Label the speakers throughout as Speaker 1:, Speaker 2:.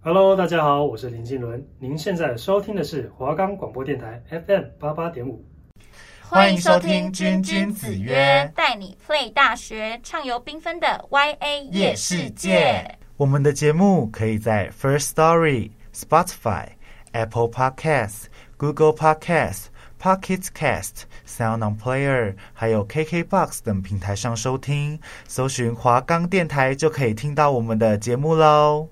Speaker 1: Hello，大家好，我是林信伦。您现在收听的是华冈广播电台 FM 八八点五。
Speaker 2: 欢迎收听君君子约
Speaker 3: 带你 play 大学，畅游缤纷的 YA
Speaker 2: 夜世界。我们的节目可以在 First Story、Spotify、Apple Podcasts、Google Podcasts、Pocket Cast、Sound On Player，还有 KKBox 等平台上收听，搜寻华冈电台就可以听到我们的节目喽。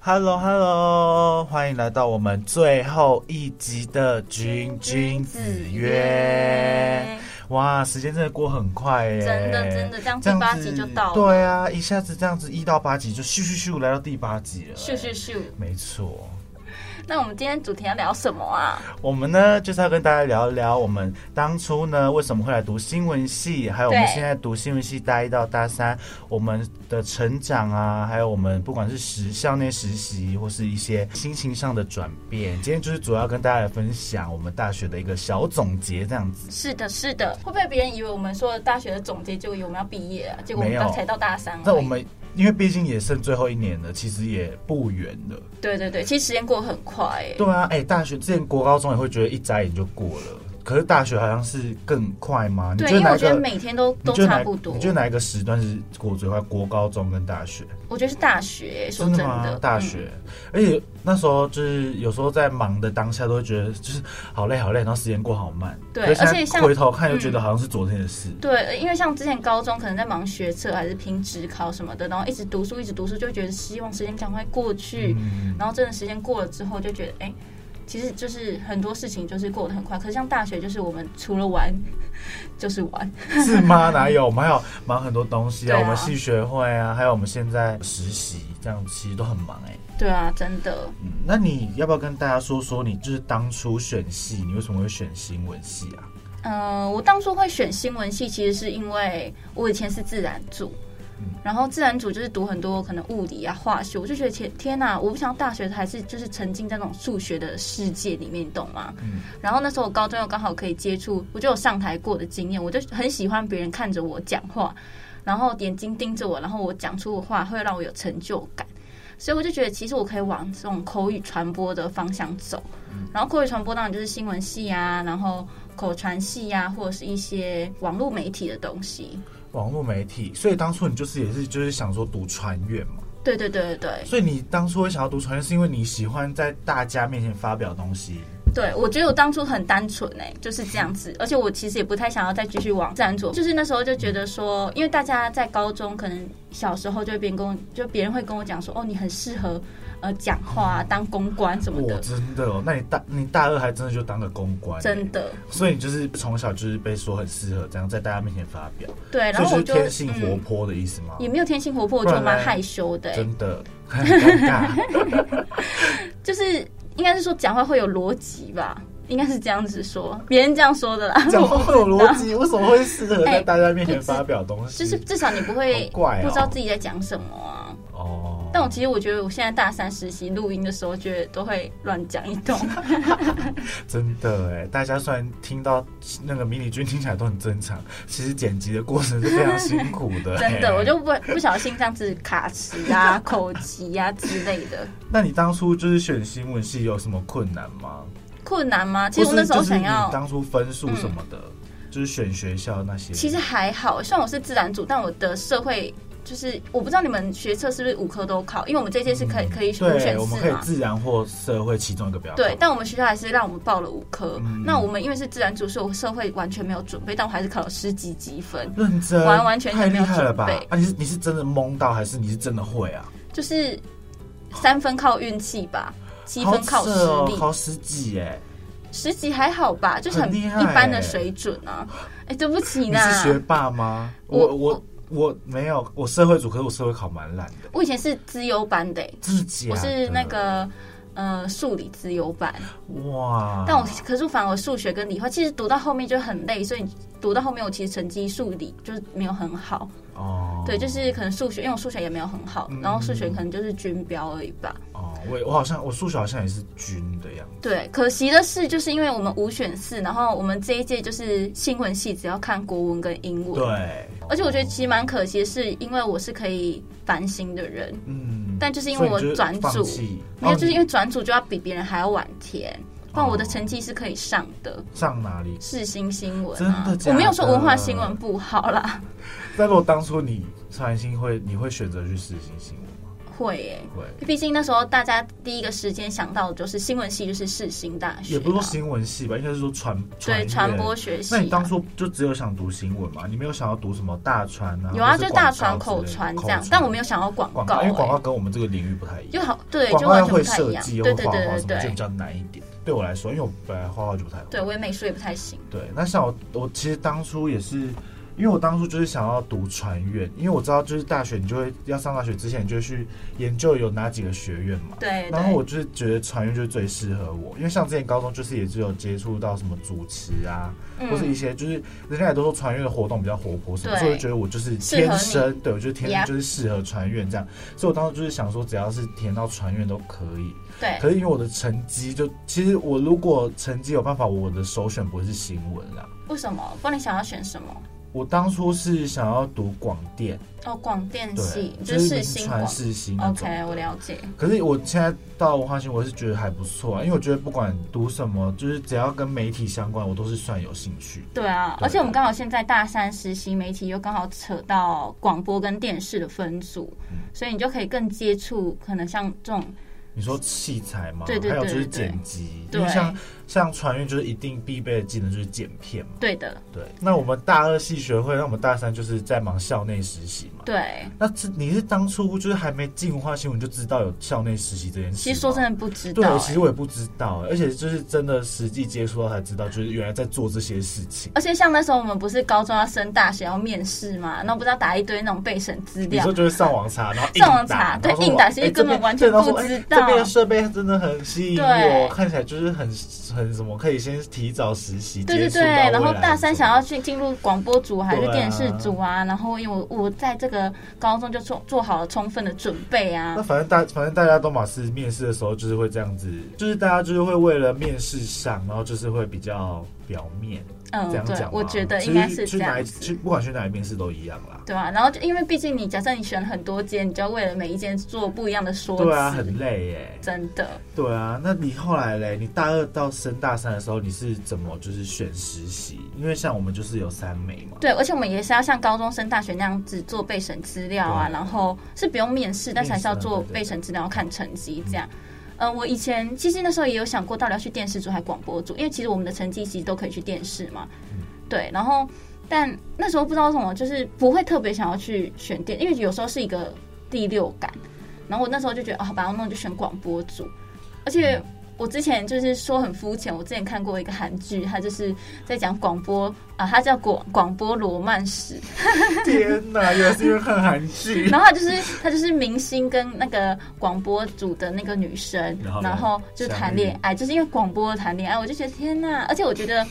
Speaker 2: Hello Hello，欢迎来到我们最后一集的君君子约。哇，时间真的过很快耶！
Speaker 3: 真的真的这样第
Speaker 2: 这样
Speaker 3: 八
Speaker 2: 子
Speaker 3: 集就到了
Speaker 2: 对啊，一下子这样子一到八集就咻咻咻来到第八集了。
Speaker 3: 咻咻。咻！
Speaker 2: 没错，
Speaker 3: 那我们今天主题要聊什么啊？
Speaker 2: 我们呢就是要跟大家聊一聊我们当初呢为什么会来读新闻系，还有我们
Speaker 3: 对
Speaker 2: 现在读新闻系大一到大三我们的成长啊，还有我们不管是实校内实习或是一些心情上的转变。今天就是主要跟大家来分享我们大学的一个小总结，这样子。
Speaker 3: 是的，是的，会不会别人以为我们说大学的总结，就以为我们要毕业啊？结果我
Speaker 2: 没
Speaker 3: 们
Speaker 2: 有
Speaker 3: 到才到大三而已。
Speaker 2: 那我们因为毕竟也剩最后一年了，其实也不远了。
Speaker 3: 对对对，其实时间过得很快、欸。
Speaker 2: 对啊，哎、大学之前国高中也会觉得一眨眼就过了，可是大学好像是更快吗？你
Speaker 3: 对，
Speaker 2: 觉
Speaker 3: 因
Speaker 2: 得
Speaker 3: 为
Speaker 2: 哪
Speaker 3: 我
Speaker 2: 一
Speaker 3: 觉得
Speaker 2: 个？
Speaker 3: 每天都
Speaker 2: 你
Speaker 3: 都
Speaker 2: 觉得
Speaker 3: 差
Speaker 2: 哪？
Speaker 3: 不多
Speaker 2: 你。觉得哪一个时段是过最快？国高中跟大学？
Speaker 3: 我觉得是大学、欸说
Speaker 2: 的
Speaker 3: 真
Speaker 2: 吗？
Speaker 3: 的，
Speaker 2: 大
Speaker 3: 嗯
Speaker 2: 学，而且那时候就是有时候在忙的当下，都会觉得就是好累好累，然后时间过好慢。
Speaker 3: 对
Speaker 2: 可是现在
Speaker 3: 而且像嗯
Speaker 2: 回头看又觉得好像是昨天的事。
Speaker 3: 对，因为像之前高中可能在忙学测还是拼职考什么的，然后一直读书一直读书，就会觉得希望时间赶快过去。
Speaker 2: 嗯，
Speaker 3: 然后真的时间过了之后，就觉得哎、其实就是很多事情就是过得很快。可是像大学，就是我们除了玩 就是玩，
Speaker 2: 是吗？哪有？我们还有忙很多东西啊，
Speaker 3: 对啊
Speaker 2: 我们系学会啊，还有我们现在实习，这样其实都很忙哎、
Speaker 3: 对啊，真的。
Speaker 2: 嗯，那你要不要跟大家说说，你就是当初选系，你为什么会选新闻系啊？
Speaker 3: 嗯，我当初会选新闻系，其实是因为我以前是自然组
Speaker 2: 嗯，
Speaker 3: 然后自然组就是读很多可能物理啊、化学，我就觉得天天呐、我不想大学还是就是沉浸在那种数学的世界里面，你懂吗？
Speaker 2: 嗯
Speaker 3: 然后那时候我高中又刚好可以接触，我就有上台过的经验，我就很喜欢别人看着我讲话，然后眼睛盯着我，然后我讲出的话会让我有成就感。所以我就觉得，其实我可以往这种口语传播的方向走。
Speaker 2: 嗯
Speaker 3: 然后口语传播当然就是新闻系啊，然后口传系啊，或者是一些网络媒体的东西。
Speaker 2: 网络媒体，所以当初你就是也是就是想说读传院嘛，
Speaker 3: 对对对对对，
Speaker 2: 所以你当初会想要读传院，是因为你喜欢在大家面前发表东西。
Speaker 3: 对我觉得我当初很单纯哎、就是这样子，而且我其实也不太想要再继续往自然组，就是那时候就觉得说，因为大家在高中可能小时候就会别人跟我，就别人会跟我讲说，哦，你很适合呃讲话、啊、当公关什么
Speaker 2: 哇，
Speaker 3: 的，
Speaker 2: 真的哦，那你大你大二还真的就当个公关、欸
Speaker 3: 真，的
Speaker 2: 所以你就是从小就是被说很适合这样在大家面前发表，
Speaker 3: 对，然
Speaker 2: 所以
Speaker 3: 后
Speaker 2: 就
Speaker 3: 我
Speaker 2: 是
Speaker 3: 就
Speaker 2: 天性活
Speaker 3: 嗯
Speaker 2: 泼的意思吗？
Speaker 3: 也没有天性活泼，我觉得我蛮害羞的、欸，
Speaker 2: 真的很尴 尬，
Speaker 3: 就是应该是说讲话会有逻辑吧，应该是这样子说，别人这样说的啦。
Speaker 2: 讲话会有逻辑，为什么会适合在
Speaker 3: 哎
Speaker 2: 大家面前
Speaker 3: 不知
Speaker 2: 发表东西？
Speaker 3: 就是至少你不会
Speaker 2: 好怪哦
Speaker 3: 不知道自己在讲什么啊。
Speaker 2: 哦，
Speaker 3: 但我其实我觉得我现在大三实习录音的时候，觉得都会乱讲一 通。
Speaker 2: 真的哎，大家虽然听到那个迷你君听起来都很正常，其实剪辑的过程是非常辛苦的。
Speaker 3: 真的，
Speaker 2: 哎
Speaker 3: 我就不不小心这样子卡词啊、口疾啊之类 的
Speaker 2: 那你当初就是选新闻系有什么困难吗？
Speaker 3: 困难吗？其实我那时候
Speaker 2: 或是就
Speaker 3: 想
Speaker 2: 是你
Speaker 3: 要，嗯
Speaker 2: 当初分数什么的，就是选学校那些。
Speaker 3: 其实还好，虽然我是自然组，但我的社会就是我不知道你们学测是不是五科都考，因为我们这届是可以可以五选
Speaker 2: 嗯对，我们可
Speaker 3: 四
Speaker 2: 以
Speaker 3: 嘛。
Speaker 2: 自然或社会其中一个表。
Speaker 3: 对，但我们学校还是让我们报了五科。
Speaker 2: 嗯
Speaker 3: 那我们因为是自然组，所以我社会完全没有准备，但我还是考了十几积分。
Speaker 2: 认真，
Speaker 3: 完完全全
Speaker 2: 太厉
Speaker 3: 没有
Speaker 2: 害了吧
Speaker 3: 准备？
Speaker 2: 啊，你是你是真的懵到，还是你是真的会啊？
Speaker 3: 就是三分靠运气吧，七
Speaker 2: 好
Speaker 3: 分靠
Speaker 2: 扯
Speaker 3: 实
Speaker 2: 哦
Speaker 3: 力。
Speaker 2: 考十几哎，
Speaker 3: 十级还好吧，就是
Speaker 2: 很
Speaker 3: 很
Speaker 2: 厉害
Speaker 3: 一般的
Speaker 2: 欸
Speaker 3: 水准啊。哎、对不起
Speaker 2: 你是学
Speaker 3: 啦，
Speaker 2: 霸吗？
Speaker 3: 我
Speaker 2: 我我我没有，我社会组，可是我社会考蛮烂的。
Speaker 3: 我以前是资优班的欸、
Speaker 2: 自己、
Speaker 3: 我是那个。呃，数理资优班，
Speaker 2: 啊哇，
Speaker 3: 但我可是反而数学跟理化，其实读到后面就很累，所以读到后面我其实成绩数理就是没有很好，
Speaker 2: 哦，
Speaker 3: 对，就是可能数学，因为我数学也没有很好，
Speaker 2: 嗯
Speaker 3: 然后数学可能就是均标而已吧。
Speaker 2: 哦，我也我好像我数学好像也是均的样子，
Speaker 3: 对，可惜的是，就是因为我们五选四，然后我们这一届就是新闻系只要看国文跟英文。
Speaker 2: 对，
Speaker 3: 而且我觉得其实蛮可惜，的是因为我是可以繁星的人，
Speaker 2: 嗯，
Speaker 3: 但就是因为我
Speaker 2: 所以你就
Speaker 3: 转
Speaker 2: 放
Speaker 3: 组，
Speaker 2: 弃
Speaker 3: 没有，
Speaker 2: 哦
Speaker 3: 就是因
Speaker 2: 你
Speaker 3: 为转组就要比别人还要晚填，不然我的成绩是可以上的。
Speaker 2: 哦上哪里？
Speaker 3: 世新新闻
Speaker 2: 哦真
Speaker 3: 啊
Speaker 2: 的，假
Speaker 3: 我没有说文化
Speaker 2: 的
Speaker 3: 新闻不好啦，
Speaker 2: 那如果当初你传新会，你会选择去实习新闻吗？
Speaker 3: 会耶、
Speaker 2: 会，
Speaker 3: 毕竟那时候大家第一个时间想到的就是新闻系，就是世新大学、
Speaker 2: 也
Speaker 3: 啊，
Speaker 2: 不是说新闻系吧，应该是说传
Speaker 3: 对
Speaker 2: 院
Speaker 3: 传播学系、啊。
Speaker 2: 那你当初就只有想读新闻嘛？你没有想要读什么大传啊？
Speaker 3: 有啊，
Speaker 2: 或是
Speaker 3: 就大
Speaker 2: 广告
Speaker 3: 传、口
Speaker 2: 之类的
Speaker 3: 传
Speaker 2: 口
Speaker 3: 这样，但我没有想到广
Speaker 2: 广
Speaker 3: 告、
Speaker 2: 告，
Speaker 3: 欸，
Speaker 2: 因为广告跟我们这个领域不太一
Speaker 3: 就
Speaker 2: 样。
Speaker 3: 好，对，
Speaker 2: 广
Speaker 3: 就
Speaker 2: 告
Speaker 3: 完
Speaker 2: 要
Speaker 3: 全不
Speaker 2: 会
Speaker 3: 太一
Speaker 2: 设
Speaker 3: 样。
Speaker 2: 计，
Speaker 3: 对
Speaker 2: 又会
Speaker 3: 对
Speaker 2: 画画
Speaker 3: 对
Speaker 2: 什么，
Speaker 3: 对
Speaker 2: 就比
Speaker 3: 对，
Speaker 2: 较难一点。对我来说，因为我本来画画就不太会。
Speaker 3: 对我也美术也不太行。
Speaker 2: 对，那像我，我其实当初也是，因为我当初就是想要读传院，因为我知道就是大学你就会要上大学之前，你就会去研究有哪几个学院嘛。
Speaker 3: 对
Speaker 2: 然后
Speaker 3: 对
Speaker 2: 我就是觉得传院就是最适合我，因为像之前高中就是也只有接触到什么主持啊，或是一
Speaker 3: 嗯，
Speaker 2: 些就是人家也都说传院的活动比较活泼什么，
Speaker 3: 对
Speaker 2: 所以我就觉得我就是
Speaker 3: 适合你
Speaker 2: 天生，对我就是天
Speaker 3: Yep
Speaker 2: 生就是适合传院这样，所以我当时就是想说只要是填到传院都可以。
Speaker 3: 对
Speaker 2: 可是因为我的成绩就，其实我如果成绩有办法，我的首选不会是新闻啦。
Speaker 3: 为什么？不然你想要选什么？
Speaker 2: 我当初是想要读广电，
Speaker 3: 哦，广电
Speaker 2: 对
Speaker 3: 系，
Speaker 2: 就是是
Speaker 3: 世
Speaker 2: 名
Speaker 3: 新
Speaker 2: 传
Speaker 3: 广。
Speaker 2: 世新那种
Speaker 3: OK，我了解。
Speaker 2: 可是我现在到文化新，我是觉得还不错、啊，因为我觉得不管读什么，就是只要跟媒体相关，我都是算有兴趣。
Speaker 3: 对啊，
Speaker 2: 对
Speaker 3: 而且我们刚好现在大三实习媒体又刚好扯到广播跟电视的分组，
Speaker 2: 嗯
Speaker 3: 所以你就可以更接触可能像这种
Speaker 2: 你说器材吗？
Speaker 3: 对对
Speaker 2: 还有
Speaker 3: 对
Speaker 2: 就是
Speaker 3: 对
Speaker 2: 剪辑，
Speaker 3: 对
Speaker 2: 因为像像传运就是一定必备的技能就是剪片嘛。
Speaker 3: 对的，
Speaker 2: 对，那我们大二系学会，那我们大三就是在忙校内实习嘛。
Speaker 3: 对。
Speaker 2: 那这你是当初就是还没进文化新闻就知道有校内实习这件事吗？
Speaker 3: 其实说真的不知道、
Speaker 2: 对，
Speaker 3: 欸
Speaker 2: 其实我也不知道，而且就是真的实际接触到才知道，就是原来在做这些事情。
Speaker 3: 而且像那时候我们不是高中要升大学要面试嘛，然后不是要打一堆那种备审资
Speaker 2: 你
Speaker 3: 料
Speaker 2: 说，就是上网查，然后硬
Speaker 3: 上网查
Speaker 2: 然后
Speaker 3: 对
Speaker 2: 说
Speaker 3: 硬打
Speaker 2: 哇
Speaker 3: 其实
Speaker 2: 哎
Speaker 3: 根本
Speaker 2: 这边
Speaker 3: 完全
Speaker 2: 对然后说
Speaker 3: 不
Speaker 2: 哎
Speaker 3: 知
Speaker 2: 这边
Speaker 3: 道
Speaker 2: 的设备真的很吸引
Speaker 3: 对
Speaker 2: 我，看起来就是很很什么，可以先提早实习，
Speaker 3: 对对
Speaker 2: 接
Speaker 3: 对，
Speaker 2: 触到未来
Speaker 3: 然后大三
Speaker 2: 的什么
Speaker 3: 想要去进入广播组还是
Speaker 2: 对啊
Speaker 3: 电视组啊，然后因为我我在这个高中就做做好了充分的准备啊
Speaker 2: 那，反正大反正大家都嘛是面试的时候就是会这样子，就是大家就是会为了面试上，然后就是会比较表面
Speaker 3: 嗯
Speaker 2: 这，样
Speaker 3: 对
Speaker 2: 讲嘛、，
Speaker 3: 我觉得
Speaker 2: 其
Speaker 3: 应该
Speaker 2: 实
Speaker 3: 是这
Speaker 2: 去哪
Speaker 3: 样
Speaker 2: 里
Speaker 3: 子
Speaker 2: 去，不管去哪里面试都一样啦。
Speaker 3: 对啊，然后就因为毕竟你假设你选了很多间，你就要为了每一间做不一样的说辞，
Speaker 2: 对啊，很累耶。
Speaker 3: 真的。
Speaker 2: 对啊，那你后来嘞？你大二到升大三的时候，你是怎么就是选实习？因为像我们就是有三 美嘛，
Speaker 3: 对，而且我们也是要像高中生、大学那样子做备审资料啊，
Speaker 2: 对
Speaker 3: 然后是不用面试，但是还是要
Speaker 2: 面试啊
Speaker 3: 做
Speaker 2: 对对
Speaker 3: 备审资料，看成绩这样。嗯、我以前其实那时候也有想过，到底要去电视组还广播组，因为其实我们的成绩其实都可以去电视嘛。
Speaker 2: 嗯
Speaker 3: 对，然后但那时候不知道为什么，就是不会特别想要去选电，因为有时候是一个第六感。然后我那时候就觉得，哦，好吧，那我就选广播组。而且
Speaker 2: 嗯
Speaker 3: 我之前就是说很肤浅，我之前看过一个韩剧，它就是在讲广播啊，它叫广广播罗曼史，
Speaker 2: 天哪，原来是因为看韩 剧。
Speaker 3: 然后它就是它就是明星跟那个广播组的那个女生
Speaker 2: 然后，呢
Speaker 3: 然后就谈恋爱，哎就是因为广播谈恋爱，我就觉得天呐，而且我觉得，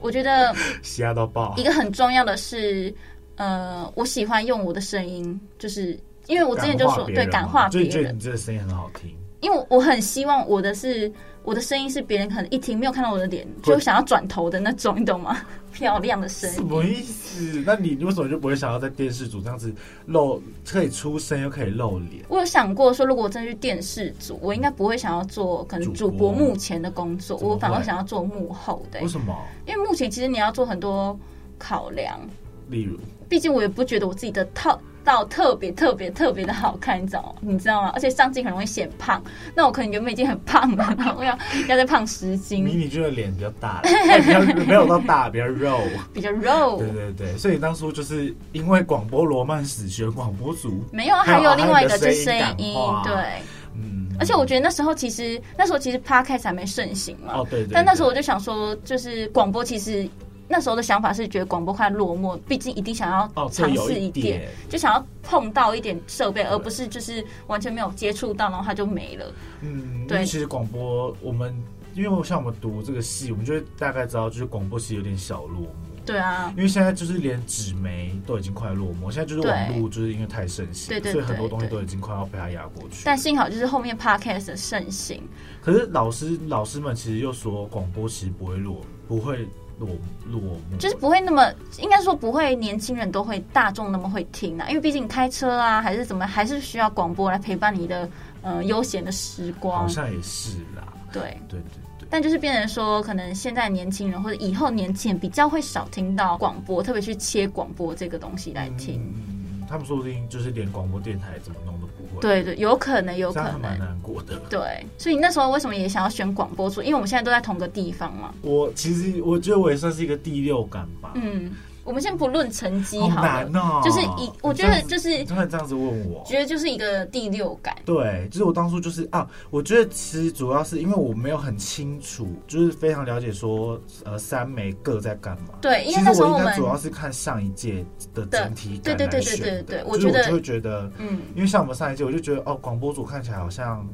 Speaker 3: 我觉得
Speaker 2: 吓到爆
Speaker 3: 一！个很重要的是，呃，我喜欢用我的声音，就是。因为我之前就说
Speaker 2: 感化别
Speaker 3: 对
Speaker 2: 人
Speaker 3: 感
Speaker 2: 嘛
Speaker 3: 化
Speaker 2: 就
Speaker 3: 别
Speaker 2: 你觉得
Speaker 3: 人
Speaker 2: 你，这个声音很好听，
Speaker 3: 因为我我很希望我的是我的声音是别人可能一听没有看到我的脸
Speaker 2: 会
Speaker 3: 就想要转头的那种，你懂吗？ 漂亮的声
Speaker 2: 什
Speaker 3: 音，
Speaker 2: 么意思？那你为什么就不会想要在电视组这样子露，可以出声又可以露脸？
Speaker 3: 我有想过说，如果我真的去电视组，我应该不会想要做可能主
Speaker 2: 主
Speaker 3: 播
Speaker 2: 播
Speaker 3: 幕前的工作，
Speaker 2: 怎么
Speaker 3: 我
Speaker 2: 会
Speaker 3: 反而想要做幕后的、欸
Speaker 2: 为什么？
Speaker 3: 因为幕前其实你要做很多考量，
Speaker 2: 例如，
Speaker 3: 毕竟我也不觉得我自己的套到特别特别特别的好看，你知道吗？你知道吗？而且上镜很容易显胖，那我可能原本已经很胖了，然后要要再胖十
Speaker 2: 迷
Speaker 3: 斤，
Speaker 2: 你君的脸比较大， 比较没有到大，比较肉。
Speaker 3: 比较肉。
Speaker 2: 对对对，所以当初就是因为广播罗曼史学广播组，
Speaker 3: 没有，啊
Speaker 2: 还有
Speaker 3: 还有另外一个就是声
Speaker 2: 还有你的声
Speaker 3: 音
Speaker 2: 音感化，
Speaker 3: 对。
Speaker 2: 嗯，
Speaker 3: 而且我觉得那时候其实那时候其实 podcast 还没盛行嘛，
Speaker 2: 哦对对对
Speaker 3: 但那时候我就想说，就是广播其实那时候的想法是觉得广播快落寞，毕竟一定想要
Speaker 2: 哦，这
Speaker 3: 尝
Speaker 2: 有
Speaker 3: 试
Speaker 2: 一
Speaker 3: 点，
Speaker 2: 点，
Speaker 3: 就想要碰到一点设备，而不是就是完全没有接触到，然后它就没了。
Speaker 2: 嗯，因
Speaker 3: 对
Speaker 2: 为其实广播我们，因为我像我们读这个系，我们就会大概知道，就是广播其实有点小落寞。
Speaker 3: 对啊，
Speaker 2: 因为现在就是连纸媒都已经快落寞，现在就是网络就是因为太盛行，
Speaker 3: 对对
Speaker 2: 所以很多
Speaker 3: 对
Speaker 2: 东西
Speaker 3: 对
Speaker 2: 都已经快要被它压过去。
Speaker 3: 但幸好就是后面 podcast 的盛行，
Speaker 2: 可是老师老师们其实又说广播其实不会落，不会落落幕，
Speaker 3: 就是不会那么，应该说不会，年轻人都会大众那么会听啦，因为毕竟开车啊，还是怎么，还是需要广播来陪伴你的呃悠闲的时
Speaker 2: 好
Speaker 3: 光。
Speaker 2: 像也是啦，
Speaker 3: 对，
Speaker 2: 对对对。
Speaker 3: 但就是变成说，可能现在年轻人或者以后年轻人比较会少听到广播，特别去切广播这个东西来听。
Speaker 2: 嗯，他们说不定就是连广播电台怎么弄都不会，，
Speaker 3: 对对，有可能，有
Speaker 2: 这
Speaker 3: 可
Speaker 2: 样还蛮
Speaker 3: 能。
Speaker 2: 难过的。
Speaker 3: 对，所以你那时候为什么也想要选广播组？因为我们现在都在同个地方嘛。
Speaker 2: 我其实我觉得我也算是一个第六感吧，
Speaker 3: 嗯，我们先不论成绩
Speaker 2: 好
Speaker 3: 好了，
Speaker 2: 难哦、
Speaker 3: 就是以我觉得就是
Speaker 2: 你突然这样子问我，
Speaker 3: 觉得就是一个第六感。
Speaker 2: 对，就是我当初就是啊，我觉得其实主要是因为我没有很清楚，就是非常了解说呃三媒各在干嘛。
Speaker 3: 对，因
Speaker 2: 其
Speaker 3: 为
Speaker 2: 实
Speaker 3: 那时候
Speaker 2: 我
Speaker 3: 我
Speaker 2: 应
Speaker 3: 们
Speaker 2: 该主要是看上一届的整体
Speaker 3: 对对
Speaker 2: 感
Speaker 3: 对
Speaker 2: 来
Speaker 3: 对
Speaker 2: 选
Speaker 3: 对
Speaker 2: 的，
Speaker 3: 对对
Speaker 2: 就是
Speaker 3: 我
Speaker 2: 我
Speaker 3: 觉得
Speaker 2: 就会觉得，
Speaker 3: 嗯
Speaker 2: 因为像我们上一届，我就觉得哦，广播组看起来好像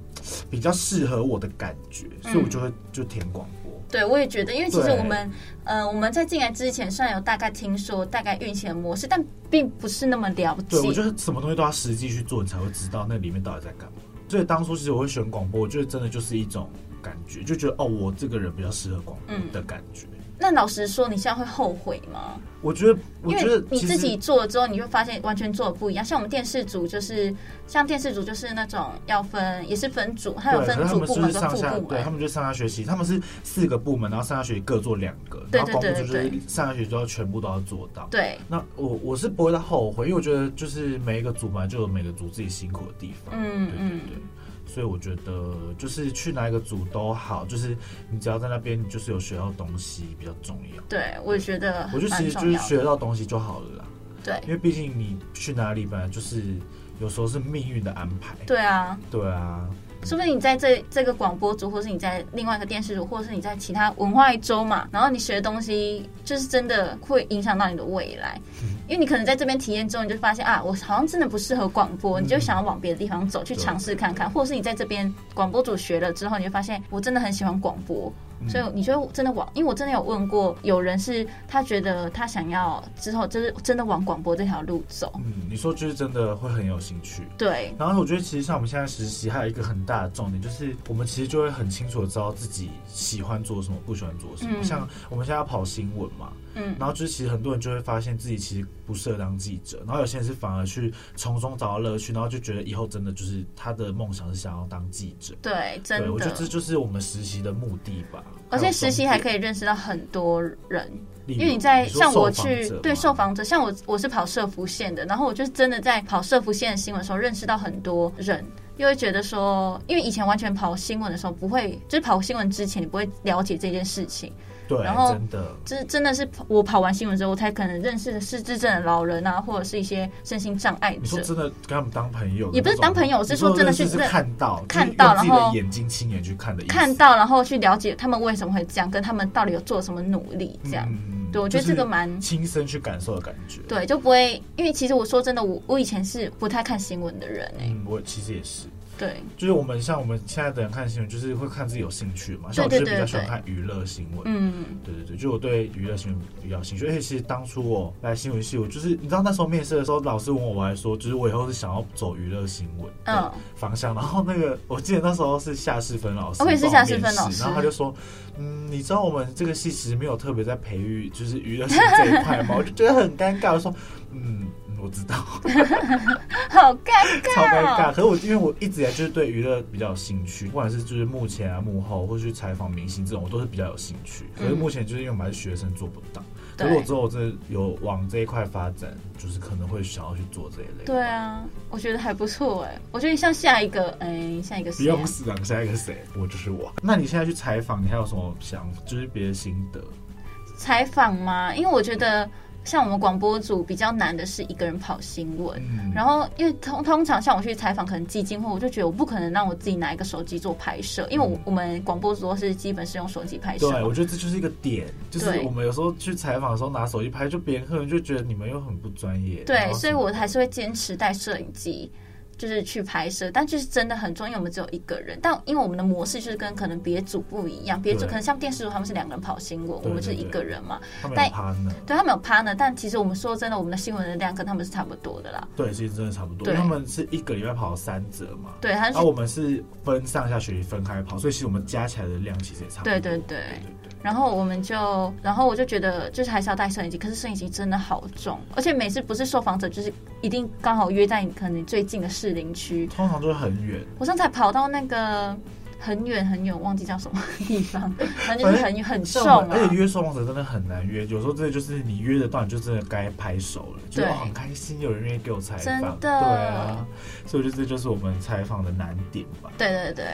Speaker 2: 比较适合我的感觉，所
Speaker 3: 嗯
Speaker 2: 以我就会就填广播。
Speaker 3: 对，我也觉得，因为其实
Speaker 2: 对
Speaker 3: 我们，呃，我们在进来之前，虽然有大概听说大概运行的模式，但并不是那么了解
Speaker 2: 对，。我觉得什么东西都要实际去做，你才会知道那里面到底在干嘛。所以当初其实我会选广播，我觉得真的就是一种感觉，就觉得哦，我这个人比较适合广播
Speaker 3: 嗯
Speaker 2: 的感觉。
Speaker 3: 那老实说，你现在会后悔吗？
Speaker 2: 我觉得，我
Speaker 3: 因
Speaker 2: 觉得
Speaker 3: 为你
Speaker 2: 其
Speaker 3: 自
Speaker 2: 实
Speaker 3: 己做了之后，你会发现完全做的不一样。像我们电视组就是，像电视组就是那种要分，也是分组，它有
Speaker 2: 对，
Speaker 3: 分
Speaker 2: 可是他
Speaker 3: 组
Speaker 2: 们
Speaker 3: 部
Speaker 2: 就
Speaker 3: 门
Speaker 2: 是
Speaker 3: 跟
Speaker 2: 上
Speaker 3: 副
Speaker 2: 下，
Speaker 3: 部
Speaker 2: 对他
Speaker 3: 门。
Speaker 2: 们就上下学期，他们是四个部门，然后上下学期各做两个，
Speaker 3: 对
Speaker 2: 然后广播
Speaker 3: 对
Speaker 2: 组
Speaker 3: 对
Speaker 2: 就是
Speaker 3: 对
Speaker 2: 上下学期都要全部都要做到。
Speaker 3: 对，
Speaker 2: 那我我是不会到后悔，因为我觉得就是每一个组本来就有每个组自己辛苦的地方，
Speaker 3: 嗯
Speaker 2: 对
Speaker 3: 嗯
Speaker 2: 对对，所以我觉得就是去哪一个组都好，就是你只要在那边，你就是有学到东西比较重要。
Speaker 3: 嗯对，我也觉得
Speaker 2: 我就
Speaker 3: 蛮
Speaker 2: 其实就
Speaker 3: 呃重
Speaker 2: 是
Speaker 3: 要的。
Speaker 2: 学到东西就好了啦，
Speaker 3: 对
Speaker 2: 因为毕竟你去哪里本来就是有时候是命运的安排，
Speaker 3: 对啊，
Speaker 2: 对啊，
Speaker 3: 说不定你在这这个广播组，或是你在另外一个电视组，或者是你在其他文化一周嘛，然后你学的东西，就是真的会影响到你的未来，
Speaker 2: 嗯
Speaker 3: 因为你可能在这边体验之后，你就发现啊，我好像真的不适合广播，你就想要往别的地方走，去
Speaker 2: 对
Speaker 3: 尝试看看，或者是你在这边广播组学了之后，你就发现我真的很喜欢广播，
Speaker 2: 嗯
Speaker 3: 所以你就会真的往，因为我真的有问过有人是他觉得他想要之后就是真的往广播这条路走，
Speaker 2: 嗯，你说就是真的会很有兴趣。
Speaker 3: 对，
Speaker 2: 然后我觉得，其实像我们现在实习，还有一个很大的重点，就是我们其实就会很清楚的知道自己喜欢做什么，不喜欢做什么。
Speaker 3: 嗯
Speaker 2: 像我们现在要跑新闻嘛，
Speaker 3: 嗯
Speaker 2: 然后就是其实很多人就会发现自己其实不适合当记者，然后有些人是反而去从中找到乐趣，然后就觉得以后真的就是他的梦想是想要当记者。
Speaker 3: 对，真
Speaker 2: 对，我觉得
Speaker 3: 的
Speaker 2: 这，就是我们实习的目的吧。
Speaker 3: 而且实习还
Speaker 2: 以，
Speaker 3: 可以认识到很多人。
Speaker 2: 例如
Speaker 3: 因为你在
Speaker 2: 说
Speaker 3: 像我
Speaker 2: 受访
Speaker 3: 去
Speaker 2: 者吗
Speaker 3: 对受访者，像我我是跑社服线的，然后我就是真的在跑社服线的新闻的时候认识到很多人，又会觉得说，因为以前完全跑新闻的时候不会，就是跑新闻之前你不会了解这件事情，
Speaker 2: 对，
Speaker 3: 然后
Speaker 2: 真的
Speaker 3: 这真的是我跑完新闻之后，我才可能认识失智症的老人啊，或者是一些身心障碍
Speaker 2: 你说
Speaker 3: 者。
Speaker 2: 真的跟他们当朋友的那种吗，
Speaker 3: 也不是当朋友是
Speaker 2: 你
Speaker 3: 说真的
Speaker 2: 认识
Speaker 3: 是
Speaker 2: 是
Speaker 3: 认
Speaker 2: 看到
Speaker 3: 看
Speaker 2: 就是
Speaker 3: 到
Speaker 2: 用自己
Speaker 3: 然后
Speaker 2: 的眼睛亲眼去看的意思，
Speaker 3: 看到，然后去了解他们为什么会这样，跟他们到底有做什么努力，这样。
Speaker 2: 嗯
Speaker 3: 对我觉得
Speaker 2: 就是
Speaker 3: 这个蛮
Speaker 2: 亲身去感受的感觉。，
Speaker 3: 对，就不会，因为其实我说真的，我我以前是不太看新闻的人哎、
Speaker 2: 嗯，我其实也是，
Speaker 3: 对，
Speaker 2: 就是我们像我们现在的人看新闻，就是会看自己有兴趣嘛，像我
Speaker 3: 对
Speaker 2: 就
Speaker 3: 对
Speaker 2: 是比较
Speaker 3: 对
Speaker 2: 喜欢
Speaker 3: 对
Speaker 2: 看娱乐新闻。
Speaker 3: 嗯，
Speaker 2: 对对对，就我对娱乐新闻比较有兴趣，而且其实当初我来新闻系，我就是你知道那时候面试的时候，老师问我，我还说，就是我以后是想要走娱乐新闻
Speaker 3: 嗯
Speaker 2: 的方向。然后那个我记得那时候是夏世芬老师，
Speaker 3: 哦也是
Speaker 2: 帮
Speaker 3: 夏
Speaker 2: 面
Speaker 3: 世芬老
Speaker 2: 试
Speaker 3: 师
Speaker 2: 然后他就说，嗯，你知道我们这个系其实没有特别在培育就是娱乐新闻这一块吗？我 就觉得很尴尬，我说，嗯，嗯我知道，
Speaker 3: 好尴尬，哦
Speaker 2: 超尴尬。可是我因为我一直以来就是对娱乐比较有兴趣，不管是就是幕前啊、幕后，或是去采访明星这种，我都是比较有兴趣。可是目前就是因为我们还是学生，做不到。可
Speaker 3: 嗯对
Speaker 2: 是我之后真的有往这一块发展，就是可能会想要去做这一类。
Speaker 3: 对，啊，我觉得还不错哎、我觉得像下一个，哎、下一个
Speaker 2: 不
Speaker 3: 谁啊
Speaker 2: 用死啊！下一个谁？我就是我。那你现在去采访，你还有什么想就是别的心得？
Speaker 3: 采访吗？因为我觉得像我们广播组比较难的是一个人跑新闻。
Speaker 2: 嗯，
Speaker 3: 然后，因为通通常像我去采访，可能基金会，我就觉得我不可能让我自己拿一个手机做拍摄，因为我我们广播组都是基本是用手机拍摄
Speaker 2: 对，
Speaker 3: 嘛。
Speaker 2: 我觉得这就是一个点，就是
Speaker 3: 对
Speaker 2: 我们有时候去采访的时候拿手机拍，就别人可能就觉得你们又很不专业。然
Speaker 3: 对，
Speaker 2: 后
Speaker 3: 所以
Speaker 2: 什么
Speaker 3: 我
Speaker 2: 的
Speaker 3: 还是会坚持带摄影机。就是去拍摄，但就是真的很重要，因为我们只有一个人。但因为我们的模式就是跟可能别组不一样，别组
Speaker 2: 对
Speaker 3: 可能像电视组他们是两个人跑新闻，
Speaker 2: 对
Speaker 3: 我们是
Speaker 2: 对
Speaker 3: 一
Speaker 2: 对
Speaker 3: 个人嘛。
Speaker 2: 他们有
Speaker 3: 但
Speaker 2: partner，
Speaker 3: 对他们有 partner，但其实我们说真的，我们的新闻能量跟他们是差不多的啦。
Speaker 2: 对，其实真的差不多，
Speaker 3: 对
Speaker 2: 因为他们是一个礼拜跑三折嘛，
Speaker 3: 对，他
Speaker 2: 然
Speaker 3: 是、
Speaker 2: 后我们是分上下学期分开跑，所以其实我们加起来的量其实也差不多。
Speaker 3: 对对对。
Speaker 2: 对对
Speaker 3: 然后我们就，然后我就觉得就是还是要带摄影机，可是摄影机真的好重，而且每次不是受访者就是一定刚好约在你可能你最近的士林区。
Speaker 2: 通常都是很远，
Speaker 3: 我上次还跑到那个很远很远，忘记叫什么地方，反正就是很很重
Speaker 2: 像我们
Speaker 3: 啊。
Speaker 2: 而且约受访者真的很难约，有时候真的就是你约得到，你就真的该拍手了，就
Speaker 3: 对
Speaker 2: 哦很开心有人愿意给我采
Speaker 3: 真
Speaker 2: 访，
Speaker 3: 的
Speaker 2: 对啊，所以我觉得这就是我们采访的难点吧。
Speaker 3: 对对对，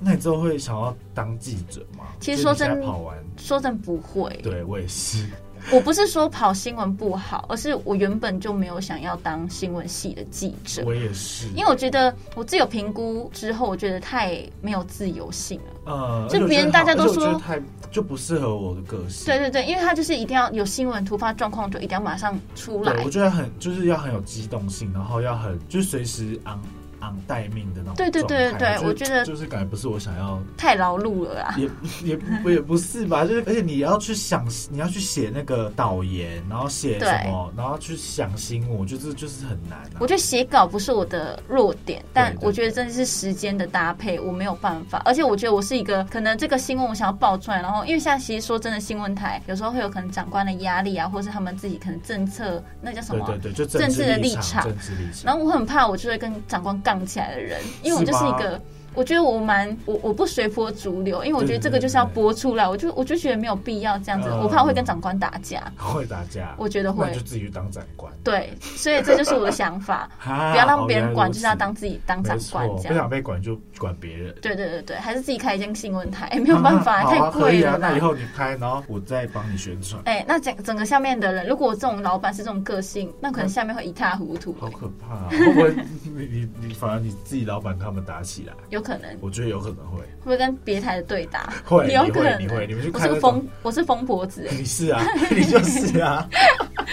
Speaker 2: 那你之后会想要当记者吗？
Speaker 3: 其实
Speaker 2: 就
Speaker 3: 说
Speaker 2: 是你现在
Speaker 3: 真
Speaker 2: 跑完，
Speaker 3: 说真的不会，
Speaker 2: 对我也是，
Speaker 3: 我不是说跑新闻不好，而是我原本就没有想要当新闻系的记者。
Speaker 2: 我也是，
Speaker 3: 因为我觉得我自己有评估之后，我觉得太没有自由性了。
Speaker 2: 呃，
Speaker 3: 就
Speaker 2: 而且我
Speaker 3: 别
Speaker 2: 觉
Speaker 3: 人
Speaker 2: 得
Speaker 3: 大家
Speaker 2: 好
Speaker 3: 都
Speaker 2: 而且我觉
Speaker 3: 说
Speaker 2: 得太就不适合我的个性，
Speaker 3: 对对对，因为他就是一定要有新闻突发状况，就一定要马上出来
Speaker 2: 对，。我觉得很就是要很有机动性，然后要很就是随时昂昂待命的那种
Speaker 3: 对
Speaker 2: 状态。
Speaker 3: 对对对
Speaker 2: 我
Speaker 3: 我觉得
Speaker 2: 就是感觉不是我想要，
Speaker 3: 太劳碌了啊 啦。
Speaker 2: 也也也也不是吧，就是而且你要去想，你要去写那个导言，然后写
Speaker 3: 对
Speaker 2: 什么，然后去想新闻，我觉得这就是很难、啊。
Speaker 3: 我觉得写稿不是我的弱点，但
Speaker 2: 对对
Speaker 3: 我觉得真的是时间的搭配，我没有办法。而且我觉得我是一个可能这个新闻我想要爆出来，然后因为现在其实说真的，新闻台有时候会有可能长官的压力啊，或是他们自己可能政策那叫什
Speaker 2: 对
Speaker 3: 么啊、
Speaker 2: 对对，就
Speaker 3: 政治
Speaker 2: 治
Speaker 3: 的立
Speaker 2: 场，
Speaker 3: 场
Speaker 2: 政治立场。
Speaker 3: 然后我很怕我就会跟长官杠起来的人，因为我就是一
Speaker 2: 是
Speaker 3: 个。我觉得我蛮我我不随波逐流，因为我觉得这个就是要播出来，我就我就觉得没有必要这样子，
Speaker 2: 嗯
Speaker 3: 我怕会跟长官打架，
Speaker 2: 会打架，
Speaker 3: 我觉得
Speaker 2: 那
Speaker 3: 会
Speaker 2: 你就自己去当长官，
Speaker 3: 对，所以这就是我的想 法，
Speaker 2: 不
Speaker 3: 不要让别人管，就是要当自己当
Speaker 2: 没
Speaker 3: 长官
Speaker 2: 错，
Speaker 3: 这
Speaker 2: 不
Speaker 3: 样。
Speaker 2: 想被管就管别人。
Speaker 3: 对对对对，还是自己开一间新闻台， 哎没有办法，
Speaker 2: 啊好
Speaker 3: 太
Speaker 2: 啊可
Speaker 3: 贵
Speaker 2: 以
Speaker 3: 了
Speaker 2: 啊。
Speaker 3: 吧
Speaker 2: 那以后你开，然后我再帮你宣传。
Speaker 3: 哎、那整整个下面的人，如果这种老板是这种个性，那可能下面会一塌糊涂、
Speaker 2: 嗯好可怕、啊！会不会你你你反而你自己老板跟他们打起来？
Speaker 3: 有可能
Speaker 2: 我觉得有可能会，
Speaker 3: 会不会跟别台的对打？
Speaker 2: 会
Speaker 3: 有
Speaker 2: 你
Speaker 3: 可
Speaker 2: 会
Speaker 3: 能。
Speaker 2: 你会，你们去
Speaker 3: 我是
Speaker 2: 看
Speaker 3: 个
Speaker 2: 那种
Speaker 3: 疯，我是疯婆子、哎
Speaker 2: 你是啊，你就是啊，